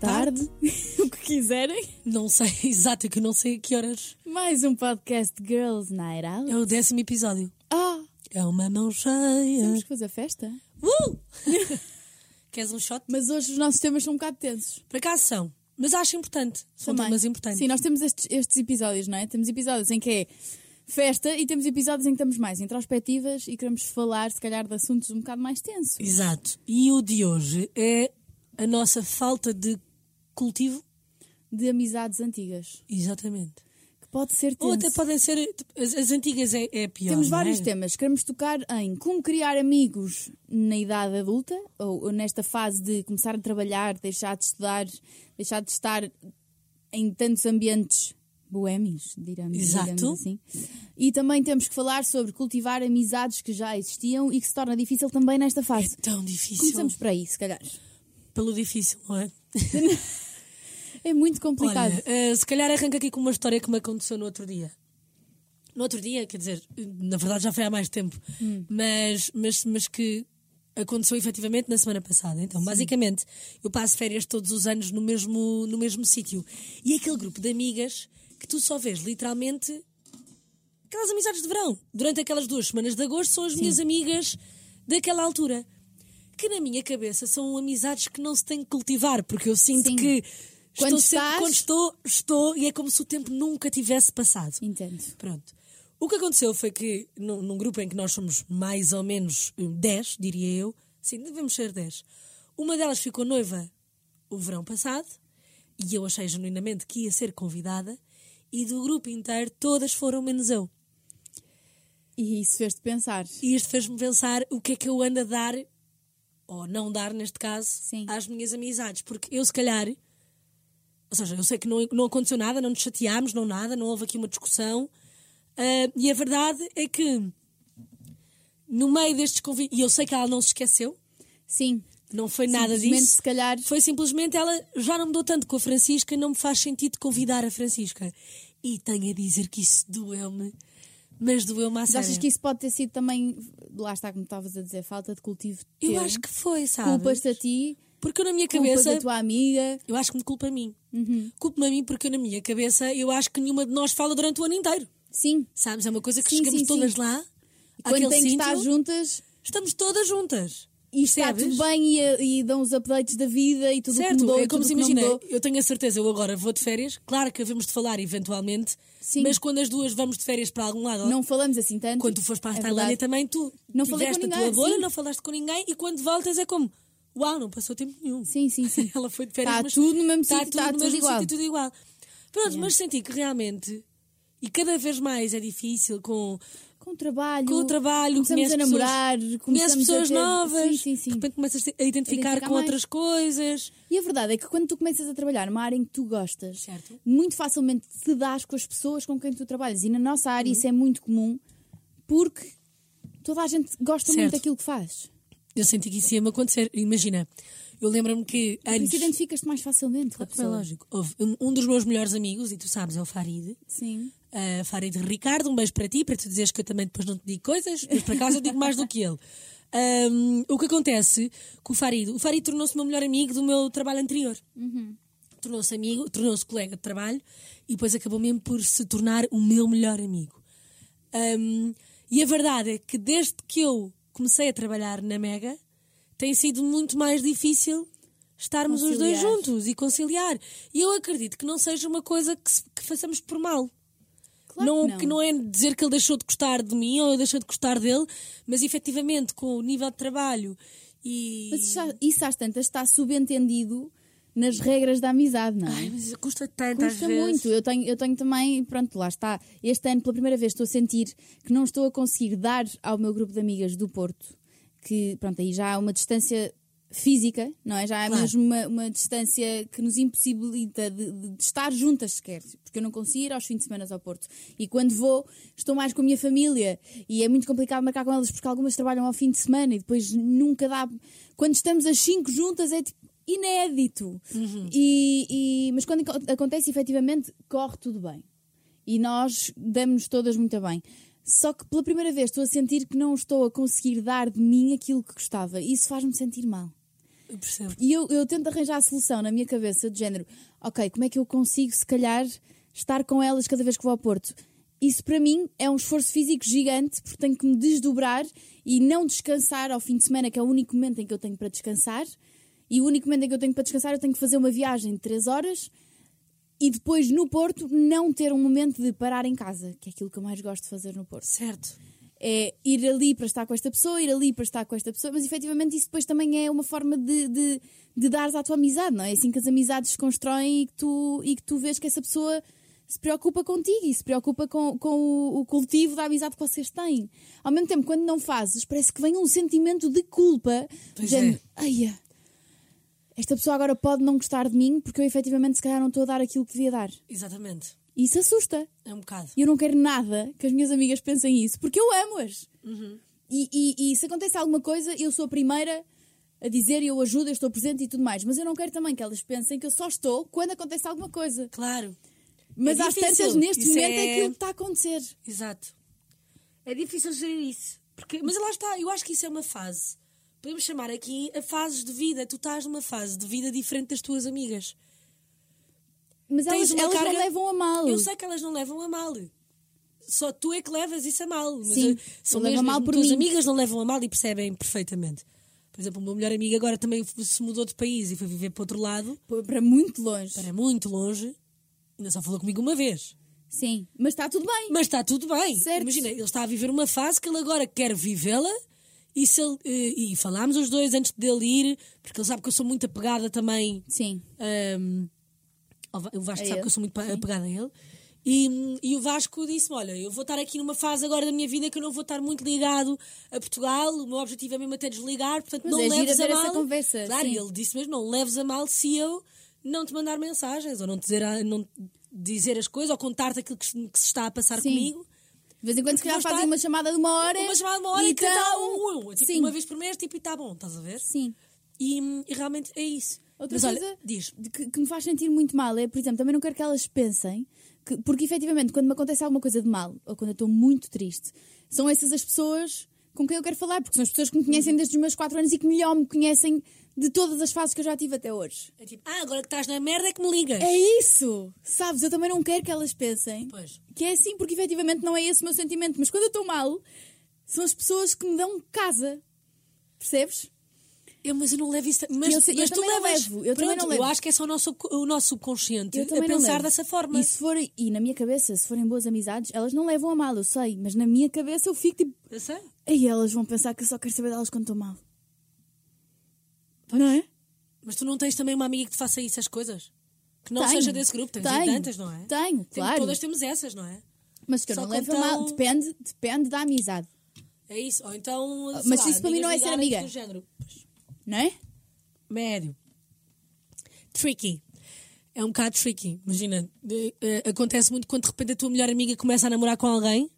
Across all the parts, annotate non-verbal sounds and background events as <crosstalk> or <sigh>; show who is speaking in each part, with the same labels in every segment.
Speaker 1: tarde, <laughs> o que quiserem.
Speaker 2: Não sei, <laughs> exato, é que eu não sei a que horas.
Speaker 1: Mais um podcast Girls Night Out.
Speaker 2: É o décimo episódio.
Speaker 1: Ah,
Speaker 2: É uma mão cheia.
Speaker 1: temos que fazer festa. <laughs>
Speaker 2: Uh! Queres um shot?
Speaker 1: Mas hoje os nossos temas são um bocado tensos.
Speaker 2: Para cá são. Mas acho importante. São
Speaker 1: Também.
Speaker 2: temas importantes.
Speaker 1: Sim, nós temos estes, estes episódios, não é? Temos episódios em que é festa e temos episódios em que estamos mais introspectivas e queremos falar, se calhar, de assuntos um bocado mais tensos.
Speaker 2: Exato. E o de hoje é a nossa falta de cultivo.
Speaker 1: De amizades antigas.
Speaker 2: Exatamente.
Speaker 1: Que pode ser tenso.
Speaker 2: Ou até podem ser. tipo, As, as antigas é, é pior.
Speaker 1: Temos
Speaker 2: não é?
Speaker 1: vários temas. Queremos tocar em como criar amigos na idade adulta, ou, ou nesta fase de começar a trabalhar, deixar de estudar, deixar de estar em tantos ambientes boémios, diramos,
Speaker 2: Exato.
Speaker 1: digamos assim. E também temos que falar sobre cultivar amizades que já existiam e que se torna difícil também nesta
Speaker 2: É
Speaker 1: fase.
Speaker 2: tão difícil.
Speaker 1: Começamos por aí, se calhar.
Speaker 2: pelo difícil, não é?
Speaker 1: É muito complicado.
Speaker 2: Olha, eh, se calhar arranca aqui com uma história que me aconteceu no outro dia. No outro dia, quer dizer, na verdade já foi há mais tempo,
Speaker 1: Hum.
Speaker 2: mas, mas, mas que aconteceu efetivamente na semana passada. Então, basicamente, eu passo férias todos os anos no mesmo, no mesmo sítio. E é aquele grupo de amigas que tu só vês literalmente aquelas amizades de verão. Durante aquelas duas semanas de agosto são as minhas amigas daquela altura. Que na minha cabeça são amizades que não se têm que cultivar, porque eu sinto
Speaker 1: Sim.
Speaker 2: que
Speaker 1: Quando
Speaker 2: estou sempre-
Speaker 1: estás-
Speaker 2: quando estou, estou, e é como se o tempo nunca tivesse passado.
Speaker 1: Entendo.
Speaker 2: Pronto. O que aconteceu foi que, num, num grupo em que nós somos mais ou menos hum, 10, diria eu, sim, devemos ser 10, uma delas ficou noiva o verão passado e eu achei genuinamente que ia ser convidada, e do grupo inteiro todas foram menos eu.
Speaker 1: E isso fez-te pensar.
Speaker 2: E isto fez-me pensar o que é que eu ando a dar, ou não dar neste caso,
Speaker 1: Sim.
Speaker 2: às minhas amizades. Porque eu, se calhar, ou seja, eu sei que não, não aconteceu nada, não nos chateámos, não nada, não houve aqui uma discussão. Ah, e a verdade é que, no meio destes convites, e eu sei que ela não se esqueceu,
Speaker 1: Sim.
Speaker 2: não foi nada
Speaker 1: Simplesmente,
Speaker 2: disso.
Speaker 1: se calhar.
Speaker 2: Foi simplesmente ela já não me dou tanto com a Francisca, não me faz sentido convidar a Francisca. E tenho a dizer que isso doeu-me, mas doeu-me à
Speaker 1: Mas achas
Speaker 2: sério.
Speaker 1: que isso pode ter sido também, lá está como estavas a dizer, falta de cultivo
Speaker 2: Eu
Speaker 1: teu?
Speaker 2: acho que foi, sabe?
Speaker 1: culpas-te a ti,
Speaker 2: Porque eu na minha
Speaker 1: culpas
Speaker 2: cabeça.
Speaker 1: a tua Uhum. amiga.
Speaker 2: Eu acho que me culpa a mim. Culpa-me a mim porque eu, na minha cabeça eu acho que nenhuma de nós fala durante o ano inteiro.
Speaker 1: Sim.
Speaker 2: Sabes? É uma coisa que
Speaker 1: Sim,
Speaker 2: chegamos
Speaker 1: sim,
Speaker 2: todas
Speaker 1: sim.
Speaker 2: lá.
Speaker 1: Quando
Speaker 2: àquele
Speaker 1: têm que
Speaker 2: sítio,
Speaker 1: estar juntas
Speaker 2: Estamos todas juntas.
Speaker 1: e está
Speaker 2: Percebes?
Speaker 1: tudo bem e, e dão os updates da vida e tudo o que
Speaker 2: Certo,
Speaker 1: mudou.
Speaker 2: é
Speaker 1: e
Speaker 2: como
Speaker 1: tudo
Speaker 2: se
Speaker 1: o que não
Speaker 2: imagina,
Speaker 1: mudou.
Speaker 2: eu tenho a certeza, eu agora vou de férias, claro que havemos de falar eventualmente,
Speaker 1: Sim.
Speaker 2: mas quando as duas vamos de férias para algum lado,
Speaker 1: Não falamos assim tanto.
Speaker 2: quando tu fores para a
Speaker 1: É
Speaker 2: Tailândia
Speaker 1: verdade.
Speaker 2: também, tu
Speaker 1: Não falei com
Speaker 2: tiveste a tua
Speaker 1: ninguém,
Speaker 2: bolha,
Speaker 1: sim.
Speaker 2: não falaste com ninguém, e quando voltas é como, uau, não passou tempo nenhum.
Speaker 1: Sim, sim, sim.
Speaker 2: <laughs> Ela foi de férias,
Speaker 1: Tá
Speaker 2: mas
Speaker 1: tudo no mesmo
Speaker 2: tá
Speaker 1: sítio, tá
Speaker 2: no
Speaker 1: tudo
Speaker 2: mesmo
Speaker 1: igual.
Speaker 2: sítio, tudo igual. Pronto, mas senti que realmente, e cada vez mais é difícil com,
Speaker 1: Com o trabalho.
Speaker 2: com o trabalho,
Speaker 1: Começamos
Speaker 2: conheces
Speaker 1: a namorar.
Speaker 2: pessoas,
Speaker 1: começamos
Speaker 2: conheces pessoas
Speaker 1: a ter-
Speaker 2: novas,
Speaker 1: Sim, sim, sim.
Speaker 2: de repente começas a identificar,
Speaker 1: Identificar
Speaker 2: com
Speaker 1: mais.
Speaker 2: outras coisas.
Speaker 1: E a verdade é que quando tu começas a trabalhar numa área em que tu gostas,
Speaker 2: Certo.
Speaker 1: muito facilmente te dás com as pessoas com quem tu trabalhas. E na nossa
Speaker 2: Uhum.
Speaker 1: área isso é muito comum porque toda a gente gosta muito
Speaker 2: Certo.
Speaker 1: daquilo que faz.
Speaker 2: Eu senti que isso ia-me acontecer. Imagina, eu lembro-me que
Speaker 1: Por
Speaker 2: antes.
Speaker 1: isso identificas-te mais facilmente com a
Speaker 2: É
Speaker 1: pessoa.
Speaker 2: lógico. Houve um- um dos meus melhores amigos, e tu sabes, é o Farid.
Speaker 1: Sim.
Speaker 2: Uh, Farid Ricardo, um beijo para ti, para tu dizeres que eu também depois não te digo coisas, mas por acaso eu digo mais do que ele. Um, o que acontece com o Farid? O Farid tornou-se o meu melhor amigo do meu trabalho anterior. Tornou-se amigo, tornou-se colega de trabalho e depois acabou mesmo por se tornar o meu melhor amigo. Um, e a verdade é que desde que eu comecei a trabalhar na Mega, tem sido muito mais difícil estarmos os dois
Speaker 1: Conciliar.
Speaker 2: juntos e conciliar. E eu acredito que não seja uma coisa que, se- que façamos por mal
Speaker 1: Claro
Speaker 2: não,
Speaker 1: que não.
Speaker 2: que não é dizer que ele deixou de gostar de mim ou eu deixei de gostar dele, mas efetivamente com o nível de trabalho e.
Speaker 1: Mas isso, isso às tantas está subentendido nas regras da amizade, não é?
Speaker 2: Ai, mas custa tanto às
Speaker 1: Custa
Speaker 2: vezes.
Speaker 1: muito. Eu tenho, eu tenho também, pronto, lá está. Este ano, pela primeira vez, estou a sentir que não estou a conseguir dar ao meu grupo de amigas do Porto, que, pronto, aí já há uma distância física, não é? Já há
Speaker 2: Claro.
Speaker 1: mesmo uma, uma distância que nos impossibilita de, de- de estar juntas sequer, porque eu não consigo ir aos fins de semana ao Porto. E quando vou, estou mais com a minha família e é muito complicado marcar com elas porque algumas trabalham ao fim de semana e depois nunca dá. Quando estamos as cinco juntas é tipo inédito. E, e- mas quando aco- acontece, efetivamente, corre tudo bem. E nós damos-nos todas muito bem. Só que pela primeira vez estou a sentir que não estou a conseguir dar de mim aquilo que gostava. E isso faz-me sentir mal.
Speaker 2: Eu percebo.
Speaker 1: E eu, eu tento arranjar a solução na minha cabeça, de género, ok, como é que eu consigo, se calhar, estar com elas cada vez que vou ao Porto? Isso para mim é um esforço físico gigante, porque tenho que me desdobrar e não descansar ao fim de semana, que é o único momento em que eu tenho para descansar. E o único momento em que eu tenho para descansar, eu tenho que fazer uma viagem de 3 horas e depois no Porto não ter um momento de parar em casa, que é aquilo que eu mais gosto de fazer no Porto
Speaker 2: Certo.
Speaker 1: é ir ali para estar com esta pessoa, ir ali para estar com esta pessoa, mas efetivamente isso depois também é uma forma de, de, de dares à tua amizade, não é? É assim que as amizades se constroem e que tu, e que tu vês que essa pessoa se preocupa contigo e se preocupa com, com o, o cultivo da amizade que vocês têm. Ao mesmo tempo, quando não fazes, parece que vem um sentimento de culpa.
Speaker 2: Pois
Speaker 1: género,
Speaker 2: é.
Speaker 1: Aia, esta pessoa agora pode não gostar de mim porque eu efetivamente se calhar não estou a dar aquilo que devia dar.
Speaker 2: Exatamente.
Speaker 1: E isso assusta.
Speaker 2: É um bocado.
Speaker 1: E eu não quero nada que as minhas amigas pensem isso, porque eu amo-as.
Speaker 2: Uhum.
Speaker 1: E, e- e se acontece alguma coisa, eu sou a primeira a dizer, eu ajudo, eu estou presente e tudo mais. Mas eu não quero também que elas pensem que eu só estou quando acontece alguma coisa.
Speaker 2: Claro.
Speaker 1: Mas
Speaker 2: É
Speaker 1: às
Speaker 2: difícil.
Speaker 1: tantas, neste
Speaker 2: Isso
Speaker 1: momento, é...
Speaker 2: é-
Speaker 1: aquilo que está a acontecer.
Speaker 2: Exato. É difícil gerir isso. Porque, mas lá está, eu acho que isso é uma fase. Podemos chamar aqui a fases de vida. Tu estás numa fase de vida diferente das tuas amigas.
Speaker 1: Mas
Speaker 2: Tens
Speaker 1: elas,
Speaker 2: uma
Speaker 1: elas não
Speaker 2: carga-
Speaker 1: levam a mal.
Speaker 2: Eu sei que elas não levam a mal. Só tu é que levas isso a mal. Mas
Speaker 1: Sim,
Speaker 2: eu- são
Speaker 1: eu levo a
Speaker 2: mesmo,
Speaker 1: mal
Speaker 2: as
Speaker 1: por
Speaker 2: tuas
Speaker 1: mim.
Speaker 2: amigas não levam a mal e percebem perfeitamente. Por exemplo, o meu melhor amigo agora também se mudou de país e foi viver para outro lado,
Speaker 1: P- Para muito longe.
Speaker 2: para muito longe, ainda só falou comigo uma vez.
Speaker 1: Sim. Mas está tudo bem.
Speaker 2: Mas está tudo bem.
Speaker 1: Certo.
Speaker 2: Imagina, ele está a viver uma fase que ele agora quer vivê-la e, se ele- eh, e- e falámos os dois antes dele ir, porque ele sabe que eu sou muito apegada também.
Speaker 1: Sim.
Speaker 2: ahm, ao Va- o Vasco
Speaker 1: A
Speaker 2: sabe
Speaker 1: É ele.
Speaker 2: que eu sou muito pa- apegada a ele. E, e o Vasco disse-me: Olha, eu vou estar aqui numa fase agora da minha vida que eu não vou estar muito ligado a Portugal, o meu objetivo é mesmo até desligar, portanto
Speaker 1: Mas
Speaker 2: não
Speaker 1: é giro
Speaker 2: leves a
Speaker 1: haver
Speaker 2: mal.
Speaker 1: essa conversa,
Speaker 2: claro,
Speaker 1: sim.
Speaker 2: e ele disse mesmo: Não leves a mal se eu não te mandar mensagens ou não te dizer, a- não dizer as coisas ou contar-te aquilo que se, que se está a passar
Speaker 1: Sim.
Speaker 2: comigo.
Speaker 1: De vez em quando, se
Speaker 2: Porque
Speaker 1: calhar,
Speaker 2: vou
Speaker 1: fazem
Speaker 2: estar-
Speaker 1: uma chamada de uma hora.
Speaker 2: Uma chamada de uma hora
Speaker 1: e
Speaker 2: e que dá um, um, tipo,
Speaker 1: então, Sim.
Speaker 2: uma vez por mês, tipo, e está bom, estás a ver?
Speaker 1: Sim.
Speaker 2: E, e realmente é isso.
Speaker 1: Outra
Speaker 2: Mas
Speaker 1: coisa
Speaker 2: olha, diz.
Speaker 1: de Que, que me faz sentir muito mal é, por exemplo, também não quero que elas pensem, que- porque efetivamente quando me acontece alguma coisa de mal, ou quando eu estou muito triste, são essas as pessoas com quem eu quero falar, porque são as pessoas que me
Speaker 2: Uhum.
Speaker 1: conhecem desde os meus 4 anos e que melhor me conhecem de todas as fases que eu já tive até hoje.
Speaker 2: É tipo, ah, agora que estás na merda é que me ligas.
Speaker 1: É isso! Sabes, eu também não quero que elas pensem
Speaker 2: Pois.
Speaker 1: que é assim, porque efetivamente não é esse o meu sentimento, mas quando eu estou mal, são as pessoas que me dão casa. Percebes?
Speaker 2: Eu, mas eu não levo isso. Mas,
Speaker 1: Eu sei- eu
Speaker 2: mas tu
Speaker 1: também não
Speaker 2: levas.
Speaker 1: levo, eu também
Speaker 2: Pronto,
Speaker 1: não levo.
Speaker 2: Eu acho que é só o nosso, o nosso subconsciente
Speaker 1: Eu
Speaker 2: a
Speaker 1: também não
Speaker 2: pensar
Speaker 1: levo.
Speaker 2: dessa forma.
Speaker 1: E se for, e na minha cabeça, se forem boas amizades, elas não levam a mal, eu sei, mas na minha cabeça eu fico tipo,
Speaker 2: Eu sei.
Speaker 1: aí elas vão pensar que eu só quero saber delas quando estou mal. Não é?
Speaker 2: Mas tu não tens também uma amiga que te faça essas coisas? Que não
Speaker 1: Tenho.
Speaker 2: seja desse grupo. Tens
Speaker 1: Tenho.
Speaker 2: aí tantas, não é?
Speaker 1: Tenho,
Speaker 2: Tem-
Speaker 1: claro.
Speaker 2: Todas temos essas, não é?
Speaker 1: Mas que eu
Speaker 2: Só
Speaker 1: não levo a
Speaker 2: quando
Speaker 1: mal,
Speaker 2: estão-
Speaker 1: depende, depende da amizade,
Speaker 2: É isso. Ou então. sei
Speaker 1: mas
Speaker 2: lá,
Speaker 1: isso para mim não é
Speaker 2: amigas
Speaker 1: ser
Speaker 2: ligarem-te
Speaker 1: amiga.
Speaker 2: do género. Pois.
Speaker 1: não é?
Speaker 2: Médio. Tricky. É um bocado tricky. Imagina, de- eh, acontece muito quando de repente a tua melhor amiga começa a namorar com alguém,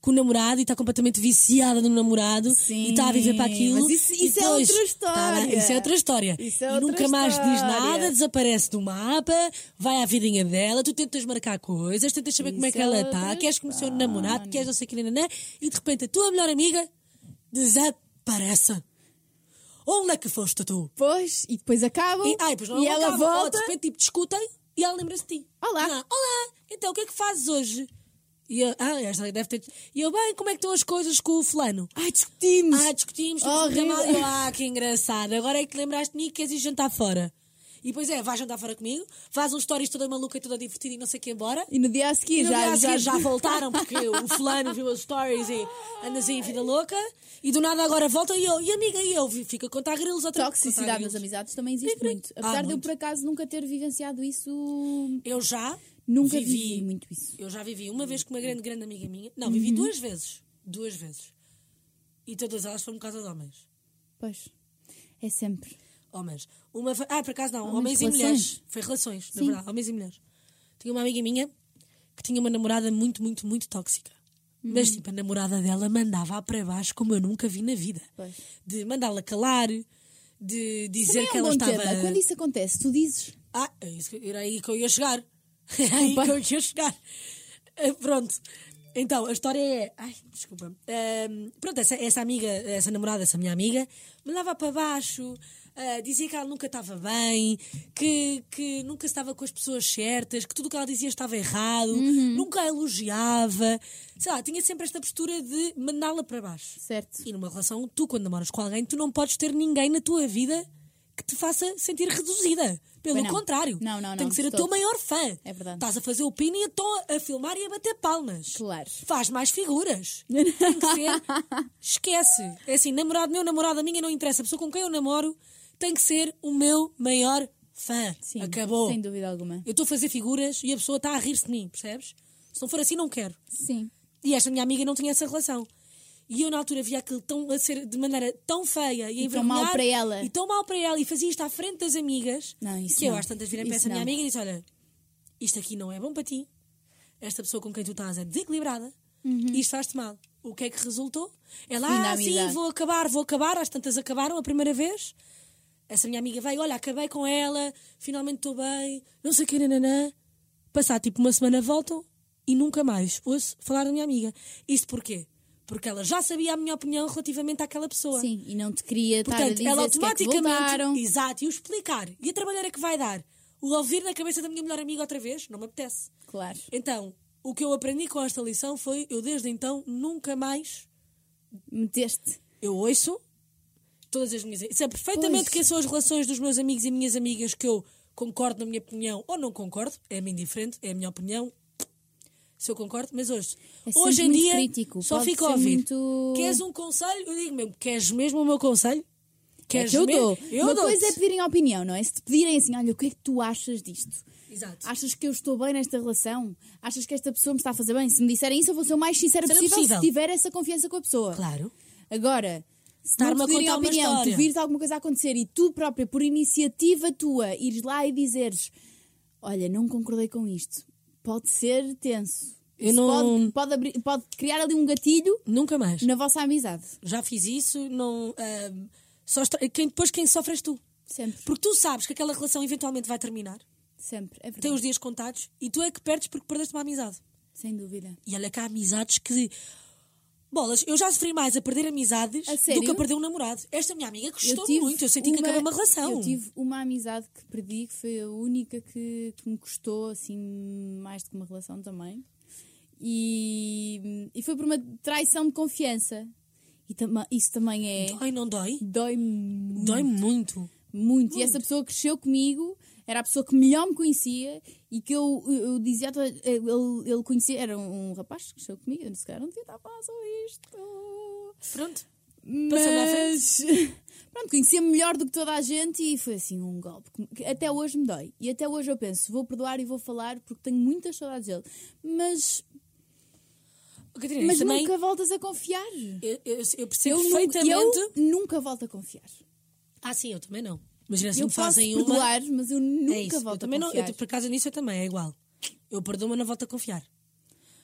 Speaker 2: com o namorado, e está completamente viciada no namorado
Speaker 1: Sim,
Speaker 2: e está a viver para aquilo.
Speaker 1: mas isso-
Speaker 2: e
Speaker 1: isso é outra história.
Speaker 2: Tá bem, isso é outra história.
Speaker 1: Isso é
Speaker 2: e
Speaker 1: outra
Speaker 2: nunca mais diz
Speaker 1: história.
Speaker 2: nada, desaparece do mapa, vai à vidinha dela, tu tentas marcar coisas, tentas saber como é
Speaker 1: Isso
Speaker 2: que
Speaker 1: é
Speaker 2: ela
Speaker 1: outra
Speaker 2: está, queres conhecer o namorado, queres não sei o que, nananã, e de repente a tua melhor amiga desaparece. Onde é que foste tu?
Speaker 1: Pois, e depois acabam,
Speaker 2: E, ai, pois não,
Speaker 1: e
Speaker 2: não
Speaker 1: ela
Speaker 2: acaba. Ou,
Speaker 1: volta,
Speaker 2: de repente, tipo, discutem e ela lembra-se de ti.
Speaker 1: Olá.
Speaker 2: E ela, Olá. Então, o que é que fazes hoje? E eu, ah, esta deve ter... E eu, bem, como é que estão as coisas com o fulano?
Speaker 1: ai, discutimos.
Speaker 2: Ah, discutimos,
Speaker 1: Oh,
Speaker 2: tudo mal.
Speaker 1: horrível.
Speaker 2: Eu, ah, que engraçado. Agora é que te lembraste de mim que queres ir jantar fora. E depois é, vais jantar fora comigo, faz um stories toda maluca e toda divertida e não sei o que embora.
Speaker 1: e no dia a
Speaker 2: E
Speaker 1: seguir
Speaker 2: no
Speaker 1: já,
Speaker 2: dia a seguir
Speaker 1: já, <laughs>
Speaker 2: já voltaram porque o fulano viu as stories e anda assim, vida louca. E do nada agora volta e eu, e amiga, e eu, fico a contar grilos outra contar
Speaker 1: Toxicidade
Speaker 2: grilos.
Speaker 1: nas amizades também existe muito.
Speaker 2: Ah,
Speaker 1: Apesar de eu,
Speaker 2: muito.
Speaker 1: por acaso, nunca ter vivenciado isso,
Speaker 2: Eu já
Speaker 1: nunca
Speaker 2: vivi,
Speaker 1: vivi muito Uhum. isso.
Speaker 2: Eu já vivi uma vez com uma grande, grande amiga minha. Não, vivi duas vezes. Duas vezes. E todas elas foram por causa de homens.
Speaker 1: Pois, é sempre.
Speaker 2: Homens. Uma fa- Ah, por acaso não. Homens,
Speaker 1: Homens,
Speaker 2: e
Speaker 1: relações.
Speaker 2: mulheres. Foi relações, na verdade. Homens e mulheres. Tinha uma amiga minha que tinha uma namorada muito, muito, muito tóxica.
Speaker 1: Uhum.
Speaker 2: Mas, tipo, a namorada dela mandava-a para baixo como eu nunca vi na vida.
Speaker 1: Pois.
Speaker 2: De mandá-la calar, de dizer
Speaker 1: Também é um
Speaker 2: que ela
Speaker 1: bom
Speaker 2: estava...
Speaker 1: tema. Quando isso acontece, tu dizes.
Speaker 2: Ah, <laughs> é isso que- era aí que eu ia chegar. Era aí que eu ia chegar. Ah, Eh, Pronto. Então, a história é. Ai, desculpa. Ahm, pronto, essa, essa amiga, essa namorada, essa minha amiga, me levava para baixo, ah, dizia que ela nunca estava bem, que, que nunca estava com as pessoas certas, que tudo o que ela dizia estava errado, nunca a elogiava. Sei lá, tinha sempre esta postura de mandá-la para baixo.
Speaker 1: Certo.
Speaker 2: E numa relação, tu, quando namoras com alguém, tu não podes ter ninguém na tua vida que te faça sentir reduzida. Pelo
Speaker 1: não.
Speaker 2: contrário,
Speaker 1: Não, não,
Speaker 2: tem
Speaker 1: não,
Speaker 2: que ser a
Speaker 1: de
Speaker 2: tua
Speaker 1: todo.
Speaker 2: maior fã.
Speaker 1: É verdade.
Speaker 2: Estás a fazer o pino e estão a filmar e a bater palmas.
Speaker 1: Claro.
Speaker 2: Faz mais figuras. Tem que
Speaker 1: <laughs>
Speaker 2: ser. Esquece. É assim, namorado meu, namorada minha, não interessa. A pessoa com quem eu namoro tem que ser o meu maior fã.
Speaker 1: Sim,
Speaker 2: Acabou.
Speaker 1: Sem dúvida alguma.
Speaker 2: Eu estou a fazer figuras e a pessoa está a rir-se de mim, percebes? Se não for assim, não quero.
Speaker 1: Sim.
Speaker 2: E esta minha amiga não tinha essa relação. E eu na altura via aquilo tão, a ser de maneira tão feia e,
Speaker 1: E tão
Speaker 2: envergonhar,
Speaker 1: mal para ela.
Speaker 2: E tão mal para ela. E fazia isto à frente das amigas.
Speaker 1: Não, isso
Speaker 2: que eu
Speaker 1: não.
Speaker 2: às tantas virei para
Speaker 1: Isso
Speaker 2: essa minha
Speaker 1: não.
Speaker 2: amiga e disse: Olha, isto aqui não é bom para ti. Esta pessoa com quem tu estás é desequilibrada. Isto faz-te mal. O que é que resultou? Ela,
Speaker 1: Uhum. Fim da
Speaker 2: ah, sim,
Speaker 1: amizade."
Speaker 2: vou acabar, vou acabar. Às tantas acabaram a primeira vez. Essa minha amiga veio, olha, acabei com ela, finalmente estou bem, não sei o que, nananã. Passar tipo uma semana voltam e nunca mais ouço falar da minha amiga. Isto porquê? Porque ela já sabia a minha opinião relativamente àquela pessoa.
Speaker 1: Sim, e não te queria estar a
Speaker 2: Portanto,
Speaker 1: dizer
Speaker 2: ela
Speaker 1: se que é que voltaram.
Speaker 2: automaticamente. Exato, e o explicar. E a trabalhar é que vai dar. O ouvir na cabeça da minha melhor amiga outra vez, não me apetece.
Speaker 1: Claro.
Speaker 2: Então, o que eu aprendi com esta lição foi: eu desde então nunca mais
Speaker 1: Meteste.
Speaker 2: eu ouço todas as minhas. Sei perfeitamente
Speaker 1: Pois.
Speaker 2: quem são as relações dos meus amigos e minhas amigas que eu concordo na minha opinião ou não concordo, é-me indiferente, é a minha opinião. Se eu concordo, mas hoje,
Speaker 1: É sempre
Speaker 2: hoje em
Speaker 1: muito
Speaker 2: dia,
Speaker 1: crítico,
Speaker 2: só
Speaker 1: pode
Speaker 2: fico a
Speaker 1: ser
Speaker 2: ouvir.
Speaker 1: muito-
Speaker 2: Queres um conselho? Eu digo mesmo, queres mesmo o meu conselho?
Speaker 1: É
Speaker 2: Queres
Speaker 1: que eu
Speaker 2: mesmo?
Speaker 1: dou. Uma
Speaker 2: dou-te.
Speaker 1: coisa é pedirem opinião, não é? Se te pedirem assim, olha, o que é que tu achas disto?
Speaker 2: Exato.
Speaker 1: Achas que eu estou bem nesta relação? Achas que esta pessoa me está a fazer bem? Se me disserem isso, eu vou ser o mais sincera
Speaker 2: Será
Speaker 1: possível,
Speaker 2: possível?
Speaker 1: se tiver essa confiança com a pessoa.
Speaker 2: Claro.
Speaker 1: Agora, se
Speaker 2: Estar-me
Speaker 1: não
Speaker 2: a
Speaker 1: te pedirem
Speaker 2: contar uma
Speaker 1: opinião,
Speaker 2: história.
Speaker 1: tu vires alguma coisa a acontecer e tu própria, por iniciativa tua, ires lá e dizeres: Olha, não concordei com isto. Pode ser tenso.
Speaker 2: Eu
Speaker 1: Isso
Speaker 2: não-
Speaker 1: pode, pode, abrir- pode criar ali um gatilho
Speaker 2: Nunca mais.
Speaker 1: na vossa amizade.
Speaker 2: Já fiz isso, não. ahm, só estra- quem, depois quem sofre és tu.
Speaker 1: Sempre.
Speaker 2: Porque tu sabes que aquela relação eventualmente vai terminar.
Speaker 1: Sempre. É verdade.
Speaker 2: tem os dias contados e tu é que perdes porque perdeste uma amizade.
Speaker 1: Sem dúvida.
Speaker 2: E olha que há amizades que. Bolas, eu já sofri mais a perder amizades
Speaker 1: A
Speaker 2: do que a
Speaker 1: sério?
Speaker 2: perder um namorado. Esta minha amiga
Speaker 1: Eu
Speaker 2: gostou
Speaker 1: tive
Speaker 2: muito, eu senti que acabei uma relação.
Speaker 1: Eu tive uma amizade que perdi, que foi a única que, que me custou, assim, mais do que uma relação também. E, e foi por uma traição de confiança. E tama- isso também é.
Speaker 2: Dói, não dói?
Speaker 1: Dói-me
Speaker 2: Dói muito.
Speaker 1: muito. E essa pessoa cresceu comigo, era a pessoa que melhor me conhecia e que eu, eu, eu dizia. a toda- Ele, ele conhecia, era um, rapaz que cresceu comigo, eu se calhar não devia estar a falar sobre isto.
Speaker 2: Pronto. Passando à frente.
Speaker 1: Mas. <laughs> Pronto, conhecia-me melhor do que toda a gente e foi assim um golpe que- que até hoje me dói. E até hoje eu penso, vou perdoar e vou falar porque tenho muitas saudades dele. Mas,
Speaker 2: Oh, Catarina,
Speaker 1: mas
Speaker 2: isso também.
Speaker 1: nunca voltas a confiar.
Speaker 2: Eu, eu- eu percebo
Speaker 1: Eu, nu-
Speaker 2: perfeitamente.
Speaker 1: eu nunca volto a confiar.
Speaker 2: Ah, sim, eu também não. Imagina se
Speaker 1: eu
Speaker 2: me
Speaker 1: posso
Speaker 2: fazem uma.
Speaker 1: perdoar, mas eu nunca
Speaker 2: é isso. Eu
Speaker 1: volto
Speaker 2: também
Speaker 1: a
Speaker 2: não, eu,
Speaker 1: confiar.
Speaker 2: por acaso nisso eu também, é igual. Eu perdoo, mas não volto a confiar.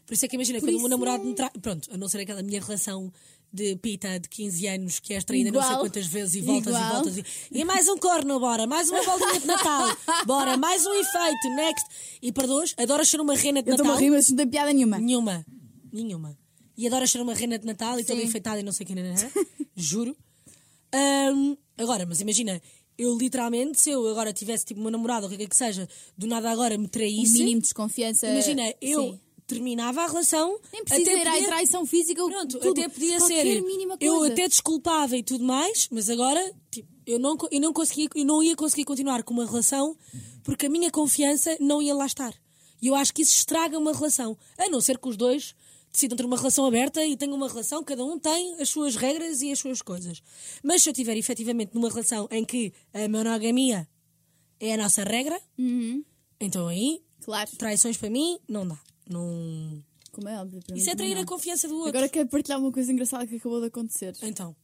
Speaker 2: Por isso é que imagina,
Speaker 1: Por
Speaker 2: quando o
Speaker 1: isso
Speaker 2: meu namorado
Speaker 1: não-
Speaker 2: me trai. Pronto, a não ser aquela minha relação de pita de 15 anos que és traída não sei
Speaker 1: Igual.
Speaker 2: quantas vezes e voltas
Speaker 1: Igual.
Speaker 2: e voltas. E, e mais um corno, bora, mais uma bolinha de Natal, bora, mais um efeito, next. E perdoas, adoras ser uma rena de
Speaker 1: Eu estou-me
Speaker 2: Natal.
Speaker 1: a rir, mas não tem piada nenhuma.
Speaker 2: Nenhuma. Nenhuma. E adora ser uma rena de Natal e toda
Speaker 1: Sim.
Speaker 2: enfeitada e não sei o que, né? <laughs> juro. Ahm, agora, mas imagina, eu literalmente, se eu agora tivesse tipo uma namorada ou o que é que seja, do nada agora me
Speaker 1: Um
Speaker 2: traísse,
Speaker 1: mínimo de desconfiança.
Speaker 2: imagina, eu
Speaker 1: Sim.
Speaker 2: terminava a relação,
Speaker 1: Nem precisa
Speaker 2: até
Speaker 1: ir à
Speaker 2: podia-
Speaker 1: traição física.
Speaker 2: Pronto,
Speaker 1: tudo,
Speaker 2: até podia
Speaker 1: qualquer
Speaker 2: ser.
Speaker 1: mínima
Speaker 2: Eu
Speaker 1: coisa.
Speaker 2: até desculpava e tudo mais, mas agora tipo, eu, não, co- eu, não conseguia, eu não ia conseguir continuar com uma relação porque a minha confiança não ia lá estar. E eu acho que isso estraga uma relação. A não ser que os dois decidam ter uma relação aberta e tenham uma relação, cada um tem as suas regras e as suas coisas. Mas se eu estiver efetivamente numa relação em que a monogamia é a nossa regra,
Speaker 1: Uhum.
Speaker 2: então aí
Speaker 1: Claro,
Speaker 2: traições para mim não dá. Não...
Speaker 1: como é óbvio. para mim
Speaker 2: Isso é
Speaker 1: também
Speaker 2: trair a
Speaker 1: não.
Speaker 2: confiança do outro.
Speaker 1: Agora quero partilhar uma coisa engraçada que acabou de acontecer.
Speaker 2: Então,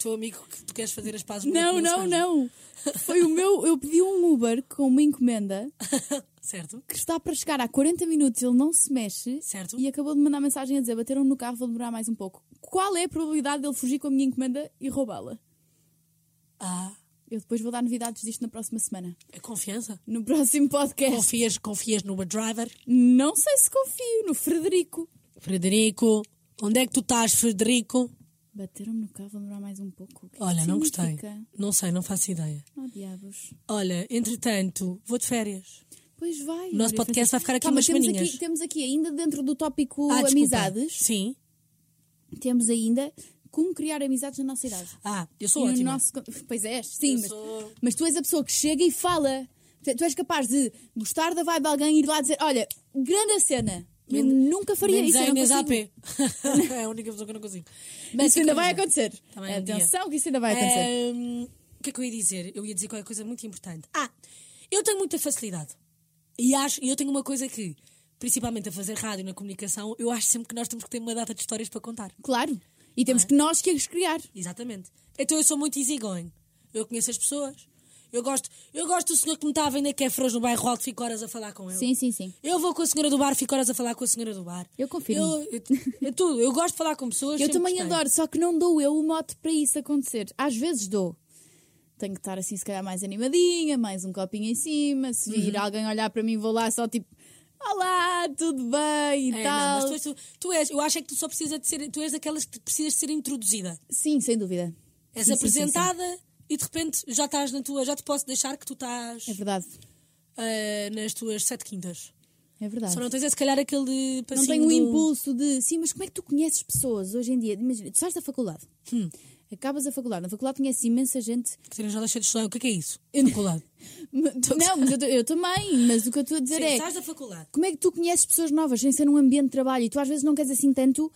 Speaker 2: teu amigo que tu queres fazer as pazes
Speaker 1: Não, não, não. Foi o meu. Eu pedi um Uber com uma encomenda
Speaker 2: não. <laughs> certo?
Speaker 1: que está para chegar há 40 minutos, ele não se mexe
Speaker 2: Certo.
Speaker 1: e acabou de mandar mensagem a dizer: bateram no carro, vou demorar mais um pouco. Qual é a probabilidade dele fugir com a minha encomenda e roubá-la?
Speaker 2: Ah,
Speaker 1: Eu depois vou dar novidades disto na próxima semana.
Speaker 2: é confiança.
Speaker 1: No próximo podcast.
Speaker 2: Confias, confias no Uber driver?
Speaker 1: Não sei se confio no Frederico.
Speaker 2: Frederico, onde é que tu estás, Frederico?
Speaker 1: Bateram-me no carro, vou demorar mais um pouco. O que é que
Speaker 2: Olha, não gostei.
Speaker 1: significa?
Speaker 2: Não sei, não faço ideia.
Speaker 1: Oh, diabos.
Speaker 2: Olha, entretanto, vou de férias.
Speaker 1: Pois vai.
Speaker 2: nosso
Speaker 1: Maria
Speaker 2: podcast vai ficar aqui
Speaker 1: Calma,
Speaker 2: umas
Speaker 1: temos
Speaker 2: semaninhas.
Speaker 1: aqui, temos aqui ainda dentro do tópico
Speaker 2: Ah, desculpa.
Speaker 1: amizades,
Speaker 2: Sim.
Speaker 1: temos ainda como criar amizades na nossa idade.
Speaker 2: Ah, eu sou
Speaker 1: E no
Speaker 2: ótima.
Speaker 1: nosso con- Pois és, sim,
Speaker 2: Eu
Speaker 1: mas,
Speaker 2: sou-
Speaker 1: mas tu és a pessoa que chega e fala. Tu tu és capaz de gostar da vibe de alguém e ir lá dizer: Olha, grande cena. Eu nunca faria
Speaker 2: Menos
Speaker 1: isso.
Speaker 2: a
Speaker 1: eu não
Speaker 2: Inês
Speaker 1: consigo."
Speaker 2: AP. <laughs> é a única pessoa que eu não consigo.
Speaker 1: Isso ainda vai
Speaker 2: coisa.
Speaker 1: acontecer.
Speaker 2: Também um dia.
Speaker 1: Atenção, que isso ainda vai acontecer.
Speaker 2: Ahm, o que é que eu ia dizer? Eu ia dizer qualquer coisa muito importante. Ah, eu tenho muita facilidade. E acho, e eu tenho uma coisa que, principalmente a fazer rádio e na comunicação, eu acho sempre que nós temos que ter uma data de histórias para contar.
Speaker 1: Claro. E temos que nós que as criar.
Speaker 2: Exatamente. Então eu sou muito easygoing. Eu conheço as pessoas. Eu gosto, eu gosto do senhor que me está a vender que é froz no bairro alto, fico horas a falar com ele.
Speaker 1: Sim, sim, sim.
Speaker 2: Eu vou com a senhora do bar, fico horas a falar com a senhora do bar.
Speaker 1: Eu confirmo.
Speaker 2: Eu, eu, é tudo. Eu gosto de falar com pessoas.
Speaker 1: Eu
Speaker 2: sempre
Speaker 1: também
Speaker 2: gostei.
Speaker 1: adoro, só que não dou eu o mote para isso acontecer. Às vezes dou. Tenho que estar assim, se calhar, mais animadinha, mais um copinho em cima. Se
Speaker 2: Uhum.
Speaker 1: vir alguém olhar para mim, vou lá só tipo: Olá, tudo bem e
Speaker 2: É,
Speaker 1: tal.
Speaker 2: não, mas tu, és- tu- tu és, eu acho é que tu só precisas de ser, tu és daquelas que precisas de ser introduzida.
Speaker 1: Sim, sem dúvida.
Speaker 2: És
Speaker 1: Sim, sim,
Speaker 2: apresentada e de repente já estás na tua, já te posso deixar que tu estás
Speaker 1: sim, sim. É verdade.
Speaker 2: ah, nas tuas sete quintas.
Speaker 1: É verdade.
Speaker 2: Só não tens é se calhar aquele
Speaker 1: Não
Speaker 2: passinho
Speaker 1: tenho o
Speaker 2: do-
Speaker 1: impulso de. Sim, mas como é que tu conheces pessoas hoje em dia? Imagina, tu sais da faculdade.
Speaker 2: Hum.
Speaker 1: Acabas a faculdade. Na faculdade conheces
Speaker 2: <laughs>
Speaker 1: imensa gente.
Speaker 2: Catarina já deixou de estudar. O que é que é isso?
Speaker 1: Eu-
Speaker 2: Faculdade.
Speaker 1: <laughs> Não, mas eu, eu também. Mas o que eu estou a dizer
Speaker 2: Sim,
Speaker 1: é.
Speaker 2: estás da faculdade.
Speaker 1: Como é que tu conheces pessoas novas sem ser num ambiente de trabalho? E tu às vezes não queres assim tanto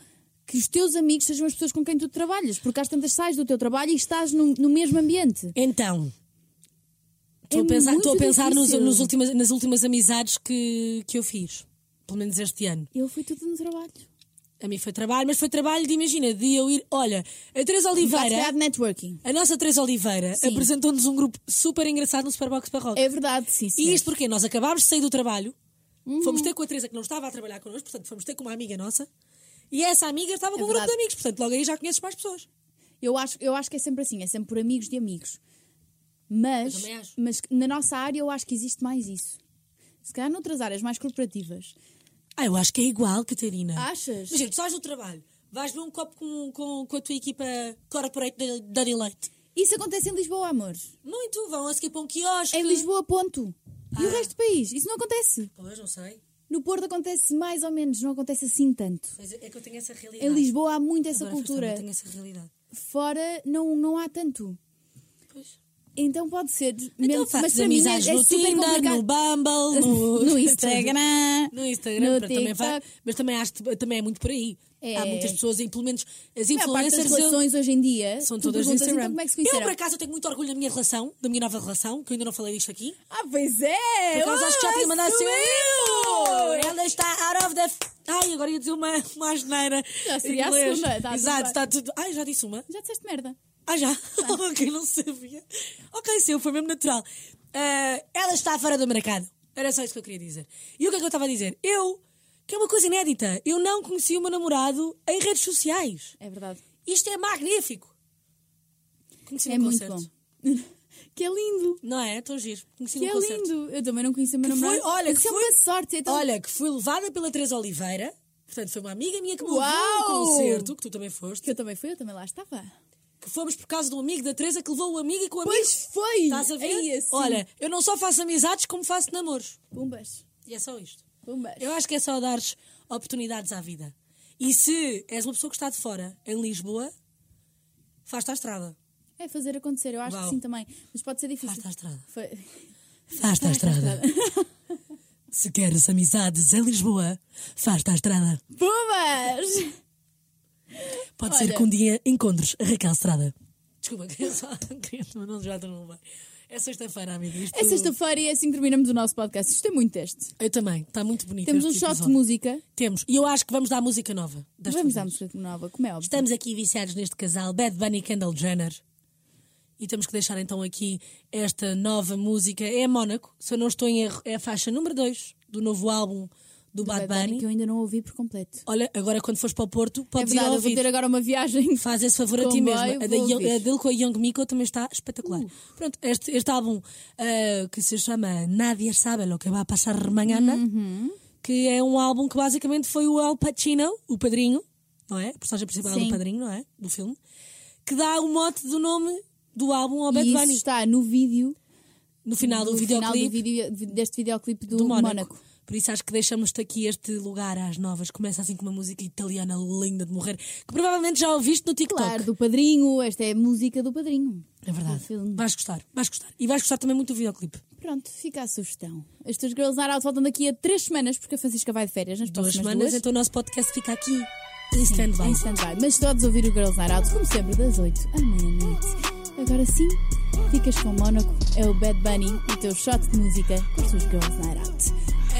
Speaker 1: que os teus amigos sejam as pessoas com quem tu trabalhas, porque às tantas sais do teu trabalho e estás no, no mesmo ambiente.
Speaker 2: Então. Estou
Speaker 1: É
Speaker 2: a pensar,
Speaker 1: muito
Speaker 2: estou a pensar nos,
Speaker 1: difícil.
Speaker 2: nos últimas, nas últimas amizades que, que eu fiz. Pelo menos este ano.
Speaker 1: Eu fui tudo no trabalho.
Speaker 2: A mim foi trabalho, mas foi trabalho de, imagina, de eu ir. Olha, a Teresa
Speaker 1: Vai
Speaker 2: Oliveira.
Speaker 1: criar networking.
Speaker 2: A nossa Teresa Oliveira
Speaker 1: Sim.
Speaker 2: apresentou-nos um grupo super engraçado no Superbox Barroca.
Speaker 1: É verdade, sim, sim.
Speaker 2: E isto porque nós acabámos de sair do trabalho,
Speaker 1: Uhum.
Speaker 2: fomos ter com a Teresa que não estava a trabalhar connosco, portanto fomos ter com uma amiga nossa, e essa amiga estava com um grupo
Speaker 1: É verdade.
Speaker 2: de amigos, portanto logo aí já conheces mais pessoas.
Speaker 1: Eu acho, eu acho que é sempre assim, é sempre por amigos de amigos. Mas,
Speaker 2: Eu também acho.
Speaker 1: mas na nossa área eu acho que existe mais isso. Se calhar noutras áreas mais corporativas.
Speaker 2: Ah, eu acho que é igual, Catarina.
Speaker 1: Achas?
Speaker 2: Imagina, tu sais do trabalho, vais ver um copo com, com, com a tua equipa corporate da, da Deloitte.
Speaker 1: Isso acontece em Lisboa, amor.
Speaker 2: Muito, vão a seguir para um quiosque.
Speaker 1: Em Lisboa, ponto. E o
Speaker 2: Ah.
Speaker 1: resto do país? Isso não acontece.
Speaker 2: Pois, não sei.
Speaker 1: No Porto acontece mais ou menos, não acontece assim tanto.
Speaker 2: Mas é que eu tenho essa realidade.
Speaker 1: Em Lisboa há muito essa
Speaker 2: Agora,
Speaker 1: cultura.
Speaker 2: Eu tenho essa realidade.
Speaker 1: Fora não, não há tanto.
Speaker 2: Pois.
Speaker 1: Então pode ser.
Speaker 2: Então
Speaker 1: mesmo- mas
Speaker 2: fazes
Speaker 1: para mim é-
Speaker 2: amizades
Speaker 1: é
Speaker 2: no
Speaker 1: super
Speaker 2: Tinder,
Speaker 1: complicado.
Speaker 2: no Bumble, <laughs> no,
Speaker 1: <laughs> No Instagram,
Speaker 2: No Instagram,
Speaker 1: no
Speaker 2: pronto, também vai-
Speaker 1: TikTok.
Speaker 2: mas também acho que também é muito por aí.
Speaker 1: É.
Speaker 2: Há muitas pessoas e pelo menos as
Speaker 1: A parte das
Speaker 2: influencers eu-
Speaker 1: relações hoje em dia
Speaker 2: são
Speaker 1: tu
Speaker 2: todas no
Speaker 1: perguntas,
Speaker 2: Instagram.
Speaker 1: Então como é que se
Speaker 2: eu,
Speaker 1: conheceram?
Speaker 2: por acaso, eu tenho muito orgulho da minha relação, da minha nova relação, que eu ainda não falei disto aqui.
Speaker 1: Ah, pois é!
Speaker 2: Por acaso, acho que já tinha mandado
Speaker 1: sou
Speaker 2: assim.
Speaker 1: eu!
Speaker 2: "Eu! Ela está out of the. f-" Ai, agora ia dizer uma, uma asneira.
Speaker 1: Já seria a
Speaker 2: em inglês.
Speaker 1: segunda, está tudo
Speaker 2: Exato,
Speaker 1: bem.
Speaker 2: está tudo. Ai, já disse uma.
Speaker 1: Já disseste merda.
Speaker 2: Ah, já? <laughs> ok, não sabia. Ok, seu, foi mesmo natural. Ah, ela está fora do mercado. Era só isso que eu queria dizer. E o que é que eu estava a dizer? Eu, que é uma coisa inédita, eu não conheci o meu namorado em redes sociais.
Speaker 1: É verdade.
Speaker 2: Isto é magnífico. Conheci
Speaker 1: É
Speaker 2: num
Speaker 1: muito
Speaker 2: um concerto.
Speaker 1: bom. <laughs> que é lindo!
Speaker 2: Não é? Estou giro. Conheci
Speaker 1: Que
Speaker 2: num
Speaker 1: é
Speaker 2: concerto.
Speaker 1: lindo! Eu também não conheço o meu
Speaker 2: Que
Speaker 1: namorado.
Speaker 2: foi, olha,
Speaker 1: Mas
Speaker 2: que
Speaker 1: é
Speaker 2: foi,
Speaker 1: uma sorte. é tão-
Speaker 2: Olha, que foi levada pela Teresa Oliveira. Portanto, foi uma amiga minha que me levou
Speaker 1: Uau!
Speaker 2: ao concerto, que tu também
Speaker 1: Que
Speaker 2: foste.
Speaker 1: eu também fui, eu também lá estava.
Speaker 2: Que fomos por causa de um amigo da Teresa que levou o amigo e com o amigo
Speaker 1: Pois foi!
Speaker 2: Estás a ver?
Speaker 1: Aí, assim.
Speaker 2: Olha, eu não só faço amizades como faço namoros.
Speaker 1: Pumbas,
Speaker 2: E é só isto.
Speaker 1: pumbas.
Speaker 2: Eu acho que é só dar oportunidades à vida. E se és uma pessoa que está de fora, em Lisboa, faz-te à estrada.
Speaker 1: É fazer acontecer, eu acho
Speaker 2: Uau.
Speaker 1: que sim também. Mas pode ser difícil.
Speaker 2: Faz-te à estrada.
Speaker 1: Foi-
Speaker 2: Faz-te à estrada. <laughs> se queres amizades em Lisboa, faz-te à estrada.
Speaker 1: Pumas!
Speaker 2: <laughs> Pode
Speaker 1: Olha.
Speaker 2: ser que um dia encontres a Raquel Estrada. Desculpa, <laughs> queria só. Queria, não, já estou no bem. É sexta-feira, amiga. Isto...
Speaker 1: É sexta-feira e é assim que terminamos o nosso podcast. Isto é muito teste.
Speaker 2: Eu também. Está muito bonito.
Speaker 1: Temos um
Speaker 2: este
Speaker 1: shot de
Speaker 2: episódio.
Speaker 1: música.
Speaker 2: Temos. E eu acho que vamos dar música nova. desta
Speaker 1: Vamos
Speaker 2: vez.
Speaker 1: à música nova, como é óbvio.
Speaker 2: Estamos aqui viciados neste casal, Bad Bunny e Kendall Jenner. E temos que deixar então aqui esta nova música. É a Mónaco, se eu não estou em erro, é a faixa número 2 do novo álbum do, Bad, Bunny.
Speaker 1: Que eu ainda não ouvi por completo.
Speaker 2: Olha, agora quando fores para o Porto,
Speaker 1: É
Speaker 2: podes ir
Speaker 1: verdade, eu vou
Speaker 2: ouvir.
Speaker 1: ter agora uma viagem.
Speaker 2: Faz esse favor a ti
Speaker 1: Comboio,
Speaker 2: mesma. A, da
Speaker 1: vou
Speaker 2: Yo-
Speaker 1: ouvir.
Speaker 2: a dele com a Young Miko também está espetacular.
Speaker 1: Uh.
Speaker 2: Pronto, eh,
Speaker 1: Uhum.
Speaker 2: este, este álbum ah, que se chama Nadie sabe lo que vai passar mañana que é um álbum que basicamente foi o Al Pacino, o padrinho, não é? A personagem principal é
Speaker 1: Sim.
Speaker 2: do padrinho, não é? Do filme, que dá o mote do nome do álbum ao Bad
Speaker 1: E isso
Speaker 2: Bunny
Speaker 1: está no vídeo,
Speaker 2: no final do
Speaker 1: no final do
Speaker 2: videoclipe
Speaker 1: vídeo, deste videoclipe do,
Speaker 2: do Mónaco.
Speaker 1: Mónaco.
Speaker 2: Por isso acho que deixamos-te aqui este lugar às novas. Começa assim com uma música italiana linda de morrer, que provavelmente já ouviste no TikTok.
Speaker 1: Claro, do Padrinho, esta é a música do Padrinho.
Speaker 2: É verdade.
Speaker 1: Do Um filme.
Speaker 2: Vais gostar, vais gostar. E vais gostar também muito do videoclipe.
Speaker 1: Pronto, fica a sugestão. As tuas Girls Night Out faltam daqui a três semanas, porque a Francisca vai de férias nas
Speaker 2: Duas
Speaker 1: próximas
Speaker 2: semanas,
Speaker 1: duas.
Speaker 2: então o nosso podcast fica aqui em stand-by.
Speaker 1: Em stand-by. Mas todos ouvir o Girls Night Out, como sempre, das 8 à meia-noite. Agora sim, ficas com o Mónaco, é o Bad Bunny, o teu shot de música com as tuas Girls Night Out.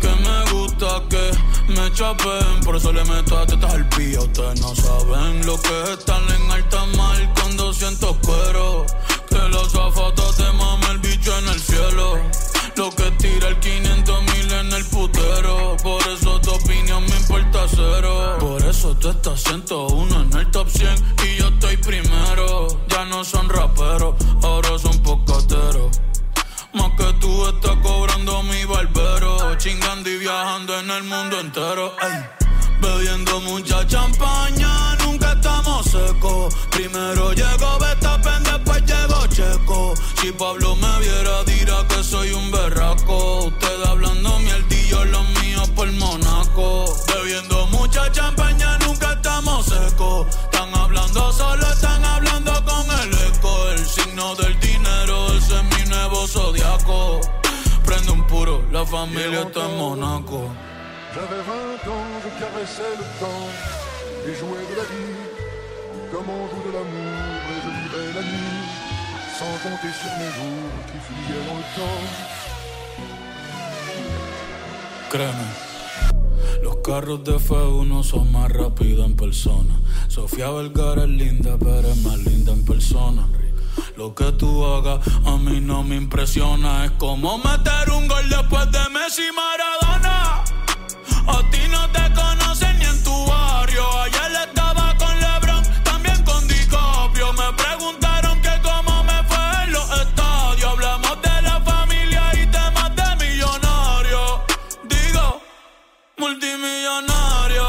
Speaker 3: que me gusta que me chapen. Por eso le meto a tetas al pío. Ustedes no saben lo que es estar en alta mar cuando siento cuero. Que los zafatos te mame el bicho en el cielo. Lo que tira el 500 mil en el putero. Por eso tu opinión me importa cero. Por eso tú estás 101 en el top 100 y yo estoy primero. Ya no son raperos, ahora son pocateros. Más que tú estás cobrando mi barbero. Chingando y viajando en el mundo entero. ey. Bebiendo mucha champaña, nunca estamos secos. Primero llegó Betapen, después llegó Checo. Si Pablo me viera, dirá que soy un berraco. Usted hablando mierdillo, los míos por Monaco. Bebiendo mucha champaña, nunca estamos secos. Están hablando solo, están hablando con el eco. El signo del dinero, ese es mi nuevo zodiaco. Prende un puro, la familia está en Monaco.
Speaker 4: J'avais 20 ans, je caressais le temps et jouais de la vie comme on joue de l'amour et je vivais la nuit sans compter sur mes jours qui fuyaient dans le temps.
Speaker 3: Créeme. Los carros de F1 son más rápidos en persona. Sofía Vergara es linda, pero es más linda en persona. Lo que tú hagas a mí no me impresiona. Es como meter un gol después de Messi y Maradona. A ti no te conocen ni en tu barrio. Ayer estaba con LeBron, también con DiCaprio. Me preguntaron que cómo me fue en los estadios. Hablamos de la familia y temas de millonario. Digo, multimillonario.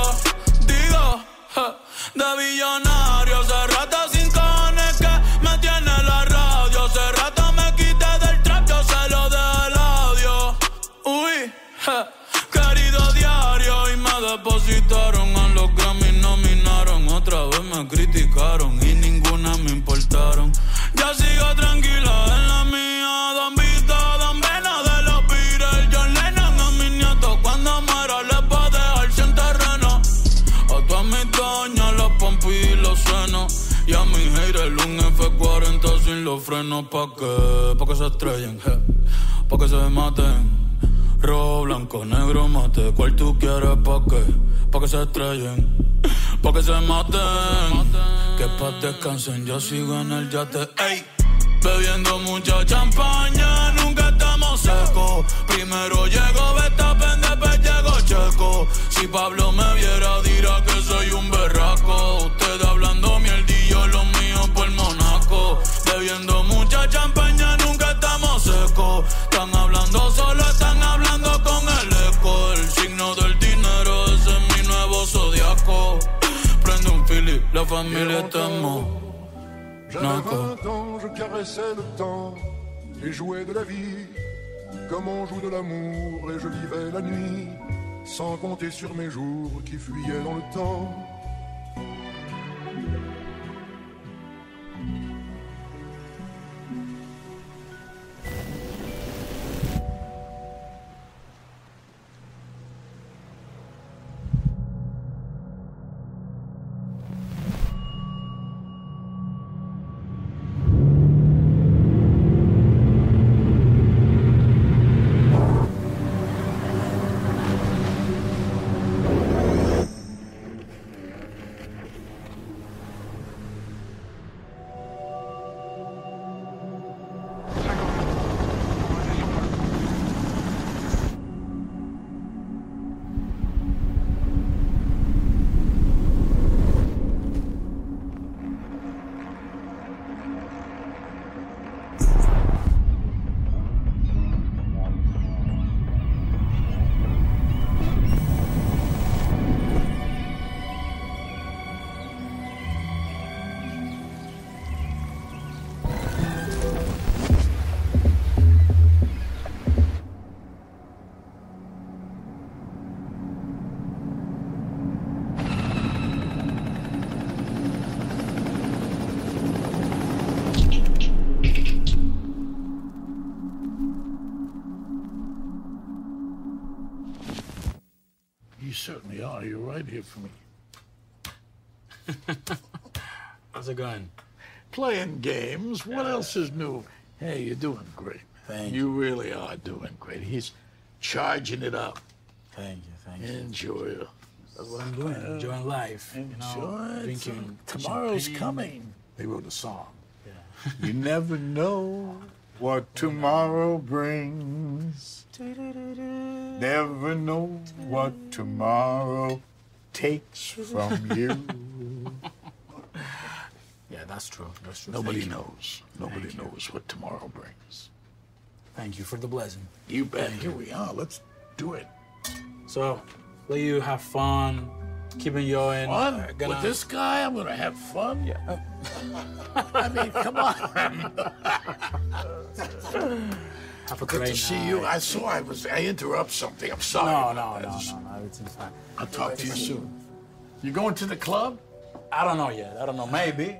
Speaker 3: Digo, ja, de billonario. Hace rato sin cojones que me tiene la radio. Hace rato me quité del trap, yo se lo del audio. Uy, ja, querido diario. Y me depositaron a los Grammy, nominaron. Otra vez me criticaron y ninguna me importaron. Ya sigo tranquila en la mía, don Vito, don Veno de los Beatles. John Lennon a mis nietos cuando muera les va a dejar sin terreno. A todas mis doñas los pompis y los senos. Y a mis haters un F40 sin los frenos. Pa' que, pa' que se estrellen, je. pa' que se maten. Rojo, blanco, negro, mate. ¿Cuál tú quieres pa' qué? Pa' que se estrellen, pa' que se maten. Que pa' descansen, yo sigo en el yate. Ey, bebiendo mucha champaña, nunca estamos secos. Primero llego Betapen, después llego Checo. Si Pablo me viera, dirá que soy un berraco. Usted hablando mierdillo, lo mío por Monaco. Bebiendo mucha champaña, nunca estamos secos. Están hablando solo, están hablando con el eco. El signo del dinero, ese es mi nuevo zodiaco. Prende un Philip, la familia está en mo-
Speaker 4: J'avais
Speaker 3: D'accord.
Speaker 4: 20 ans, je caressais le temps et jouais de la vie comme on joue de l'amour et je vivais la nuit sans compter sur mes jours qui fuyaient dans le temps.
Speaker 5: certainly are. You're right here for me.
Speaker 3: <laughs> How's it going?
Speaker 5: Playing games. What else is new? Hey, you're doing great.
Speaker 4: Thank
Speaker 5: you. You really are doing great. He's charging it up.
Speaker 4: Thank you, thank you.
Speaker 5: Enjoy it.
Speaker 3: That's what I'm doing. Enjoying life. You know,
Speaker 5: Enjoy it.
Speaker 3: drinking.
Speaker 5: Tomorrow's
Speaker 3: champagne.
Speaker 5: coming. They wrote a song.
Speaker 4: You never know what tomorrow brings. Never know what tomorrow takes from you.
Speaker 3: Yeah, that's true. That's true.
Speaker 5: Nobody
Speaker 3: Thank you.
Speaker 5: knows. Nobody knows what tomorrow brings.
Speaker 3: Thank you for the blessing.
Speaker 5: You bet. Here we are. Let's do it.
Speaker 3: So, let you have fun. Keep enjoying.
Speaker 5: Fun
Speaker 3: Uh, gonna-
Speaker 5: with this guy. I'm gonna have fun.
Speaker 3: Yeah.
Speaker 5: I mean, come on.
Speaker 3: Have a
Speaker 5: Good
Speaker 3: great
Speaker 5: to see
Speaker 3: night.
Speaker 5: you. I saw I was. I interrupt something. I'm sorry.
Speaker 3: No, no, no,
Speaker 5: That's-
Speaker 3: no, no. It's fine.
Speaker 5: I'll talk to you soon. You going to the club?
Speaker 3: I don't know yet. I don't know. Maybe.